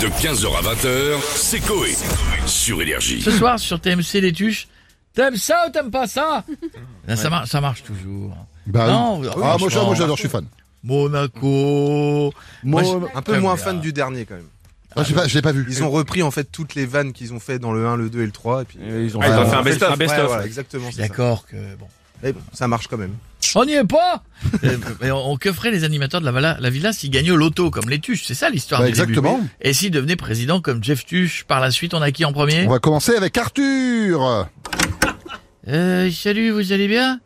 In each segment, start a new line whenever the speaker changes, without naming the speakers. De 15h à 20h, c'est Coé. Sur Énergie.
Ce soir sur TMC les tuches, t'aimes ça ou t'aimes pas ça Là, ça, mar- ça marche toujours.
Bah,
Non,
oui.
oui,
ah, moi,
franchement.
j'a- moi, j'adore, je suis fan.
Monaco. Moi, je-
un peu moins fan du dernier quand même.
Ah, j'ai pas- je l'ai pas vu.
Ils ont repris en fait toutes les vannes qu'ils ont fait dans le 1, le 2 et le 3 et puis
Ils ont
Ah, ils ont
fait
fait
un best-of.
Ouais, voilà, exactement, c'est ça.
D'accord que bon.
Mais bon, ça marche quand même.
On n'y est pas Euh, mais on, on- que feraient les animateurs de la, Vala- la villa s'ils gagnaient au loto comme les tuches C'est ça l'histoire
Bah,
du début.
exactement.
Et s'ils devenaient président comme Jeff Tuche, par la suite on a qui en premier
On va commencer avec Arthur.
euh, Salut, vous allez bien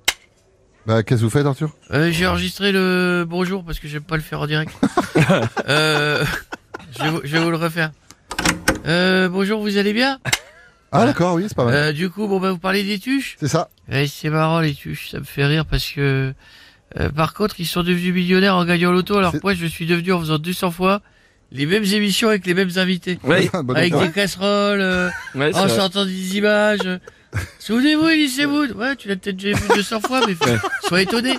Bah, qu'est-ce que vous faites, Arthur
Euh, J'ai enregistré le bonjour parce que je vais pas le faire en direct. euh, je, vais vous- je vais vous le refaire. Euh, bonjour, vous allez bien
Ah, d'accord, oui, c'est pas mal.
Euh, du coup, bon, bah, vous parlez des tuches
C'est ça.
Ouais, c'est marrant, les tuches, ça me fait rire parce que... euh, par contre, ils sont devenus millionnaires en gagnant l'auto, alors que
C'est-
moi, je suis devenu en faisant 200 fois les mêmes émissions avec les mêmes invités.
Ouais,
Bon
avec
accord.
des casseroles, euh,
ouais,
en
c'est vrai.
sortant des images. euh. Souvenez-vous, Elise Wood Ouais, tu l'as peut-être déjà vu 200 fois, mais faut- sois étonné.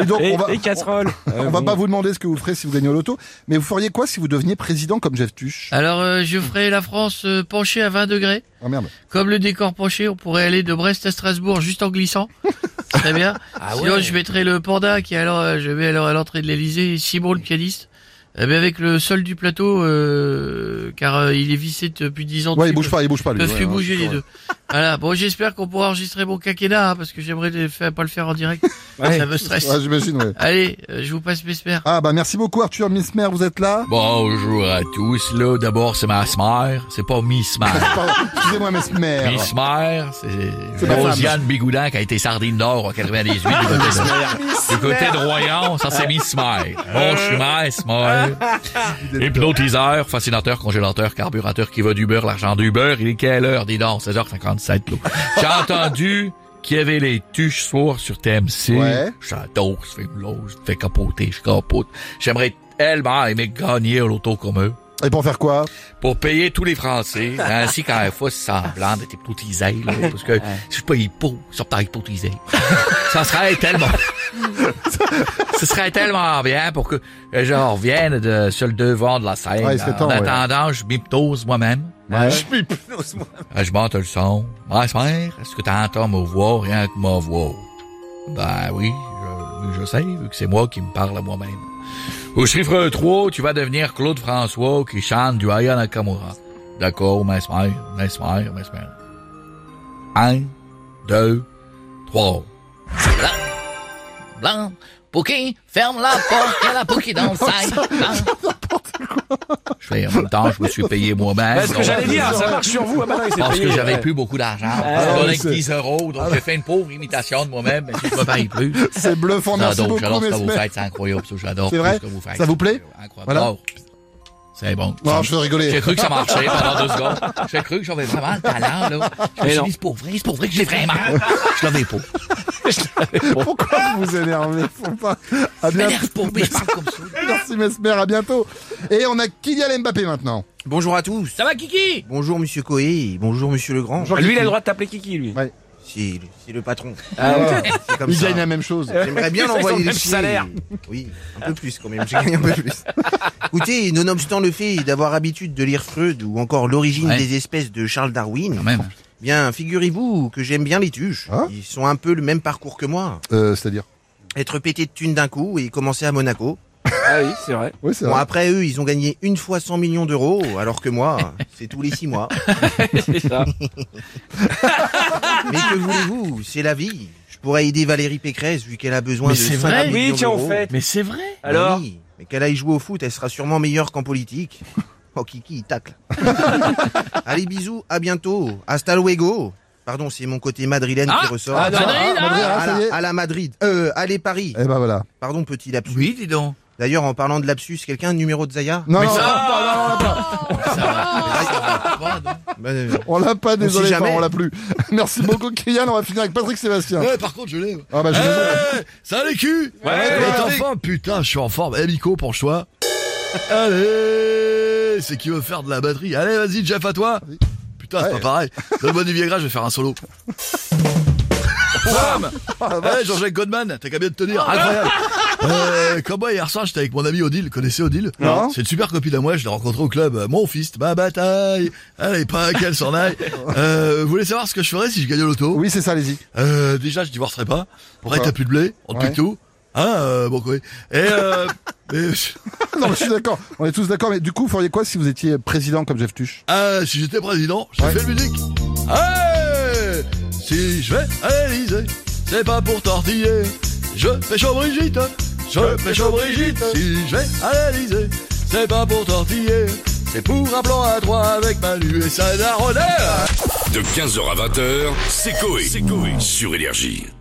Et donc,
Et-
on va- Ah,
et casseroles.
On va pas vous demander ce que vous ferez si vous gagnez au loto, mais vous feriez quoi si vous deveniez président comme Jeff Tuche
Alors, euh, je ferai la France euh, penchée à 20 degrés.
Ah merde.
Comme le décor penché, on pourrait aller de Brest à Strasbourg juste en glissant. Très bien.
Ah
Ah
Sinon, je mettrai le panda qui est alors, euh, je vais alors à l'entrée de l'Elysée et Simon le pianiste. Euh, mais avec le sol du plateau, euh, car euh, il est vissé depuis 10 ans.
Ouais, il
dessus,
bouge pas, il bouge pas
Ils
lui.
peuvent
Ouais,
plus
ouais,
bouger
c'est
les
vrai.
deux. Voilà. Bon, j'espère qu'on pourra enregistrer mon quinquennat, hein, parce que j'aimerais le faire- pas le faire en direct. Ça me stresse.
Ouais, j'imagine, ouais.
Allez, euh, je vous passe mes sphères.
Ah bah merci beaucoup Arthur Mismer, vous êtes là
Bonjour à tous. Là, d'abord, c'est ma smère. C'est pas Miss Mère.
Pardon, Excusez-moi Mismer.
Ah. Miss Mère,
C'est
c'est
ma femme.
Rosiane Bigoudin qui a été sardine d'or en 98 du côté de, du côté de Royan. Ça, c'est Miss Mère. Bon, je suis Miss Mère. Hypnotiseur, fascinateur, congélateur, carburateur qui va du beurre, l'argent du beurre. Il est quelle heure, dis donc? 16h57, l'eau. J'ai entendu qu'il y avait les tuches soir sur TMC.
Ouais.
J'adore ce film-là. Je me fais capoter, je capote. J'aimerais tellement aimer gagner à l'auto comme eux
Et pour faire quoi
pour payer tous les Français, ainsi qu'à la fois semblant d'être hypnotisé, là, parce que si je paye pas, ils sont pas hypnotisés. ça serait tellement... Ce serait tellement bien pour que euh, je revienne de, sur le devant de la scène.
Ouais, il serait temps,
en
ouais.
attendant, je m'hypnose moi-même.
Ouais.
Euh, Je monte le son. Ma mère, est-ce que t'entends ma voix rien que ma voix? Ben oui, je, je sais, vu que c'est moi qui me parle à moi-même. Au chiffre 3, tu vas devenir Claude François qui chante du Aya Nakamura. D'accord, ma mère, ma mère, ma mère. Un, deux, trois. Blanc, blanc, Pouki, ferme la porte, il y a la Pouki dans le sac. Je fais en même temps, je me suis payé moi-même.
Ben, C'est ce que j'allais dire, ça marche sur vous. Ah bah non, il s'est
Parce
payé.
que j'avais plus beaucoup d'argent.
ouais,
Je donnais que
c'est-
10 euros, donc j'ai fait une pauvre imitation de moi-même, mais si je me paye plus.
C'est bluffant,
Non,
merci
Ah, donc
beaucoup
j'adore ce que vous
Mesmer.
faites, c'est incroyable, ça, j'adore
C'est
tout
vrai
ce que vous faites.
Ça vous plaît
Incroyable. Oh,
Voilà.
C'est bon.
Non, je veux
J'ai
rigoler.
cru que ça marchait pendant deux secondes. J'ai cru que j'avais vraiment le talent, là. Je me
Mais
suis
non.
dit, c'est pour vrai, c'est pour vrai que j'ai vraiment. Je l'avais pas.
Pourquoi vous vous énervez Faut pas. À
Je
bientôt.
m'énerve pas, mais je parle comme ça.
Merci Mesmer, à bientôt. Et on a Kylian Mbappé maintenant.
Bonjour à tous.
Ça va, Kiki?
Bonjour monsieur Coé, bonjour monsieur Legrand.
Bonjour.
Lui, il a le droit de t'appeler Kiki, lui.
Ouais.
C'est le- c'est le patron.
Ah, ouais.
C'est comme
Il
ça.
gagne la même chose.
J'aimerais bien
Ils ont le
l'envoyer
même
chier.
salaire.
Oui, un peu plus quand même. J'ai gagné un peu plus. Écoutez, nonobstant le fait d'avoir habitude de lire Freud ou encore l'origine
Ouais.
des espèces de Charles Darwin,
Quand même.
bien figurez-vous que j'aime bien les tuches.
Hein
Ils sont un peu le même parcours que moi.
Euh, C'est-à-dire
Être pété de thunes d'un coup et commencer à Monaco.
Ah oui, c'est vrai.
Oui, c'est
Bon,
vrai.
après eux, ils ont gagné une fois 100 millions d'euros, alors que moi, c'est tous les six mois.
C'est ça.
Mais que voulez-vous C'est la vie. Je pourrais aider Valérie Pécresse, vu qu'elle a besoin
Mais
de
c'est
50
vrai.
millions
Oui, tiens, en
d'euros.
fait.
Mais c'est vrai.
Bah
Alors
oui, Mais qu'elle aille jouer au foot, elle sera sûrement meilleure qu'en politique. Oh, Kiki, il tacle. Allez, bisous, à bientôt. Hasta luego. Pardon, c'est mon côté madrilène qui ressort.
ah, Madrid,
ah, Madrid, ah,
à,
ça y est.
la, à la Madrid. Euh, allez, Paris.
Eh ben voilà.
Pardon, petit lapsus.
Oui, dis donc.
D'ailleurs, en parlant de lapsus, quelqu'un a le numéro de Zaya
Non,
Mais
non,
ça Ça va.
Bah, euh,
on l'a pas, désolé,
sait
enfin,
jamais.
on l'a plus. Merci beaucoup Kylian, on va finir avec Patrick Sébastien.
Euh.
Ouais, par contre, je l'ai.
Ah bah je suis désolé.
Eh, Salut cul
Ouais,
T'es en
Patrick.
forme Putain, je suis en forme. Eh Nico, penche-toi. Allez C'est qui veut faire de la batterie Allez, vas-y, Jeff, à toi Putain, c'est
Ouais.
pas pareil. Donne-moi du Viagra, je vais faire un solo. Bam Eh, Jean-Jacques Goldman, t'as qu'à bien te tenir. Incroyable
Euh, Cowboy Arsan, j'étais avec mon ami Odile. Connaissez Odile
Non.
C'est une super copine à moi, je l'ai rencontrée au club. Euh, Mon fils, ma bataille. Allez, pas qu'elle s'en aille. Euh, vous voulez savoir ce que je ferais si je gagnais l'auto
Oui, c'est ça, allez-y.
euh, Déjà, je divorcerais pas.
Pourquoi
Après, t'as plus de blé, on te
Ouais.
pique tout. Hein, euh, bon, quoi. Et, euh, et-
Non, mais je suis d'accord. On est tous d'accord. Mais du coup, vous feriez quoi si vous étiez président comme Jeff Tuche
ah, si j'étais président, je
Ouais.
fais de musique. Hey si je vais à l'Élysée, c'est pas pour tortiller. Je pêche au Brigitte, je pêche au Brigitte. Si je vais à l'Élysée, c'est pas pour tortiller. C'est pour un plan à trois avec Manu et sa daronne.
De 15h à 20h, c'est Coé. Sur Énergie.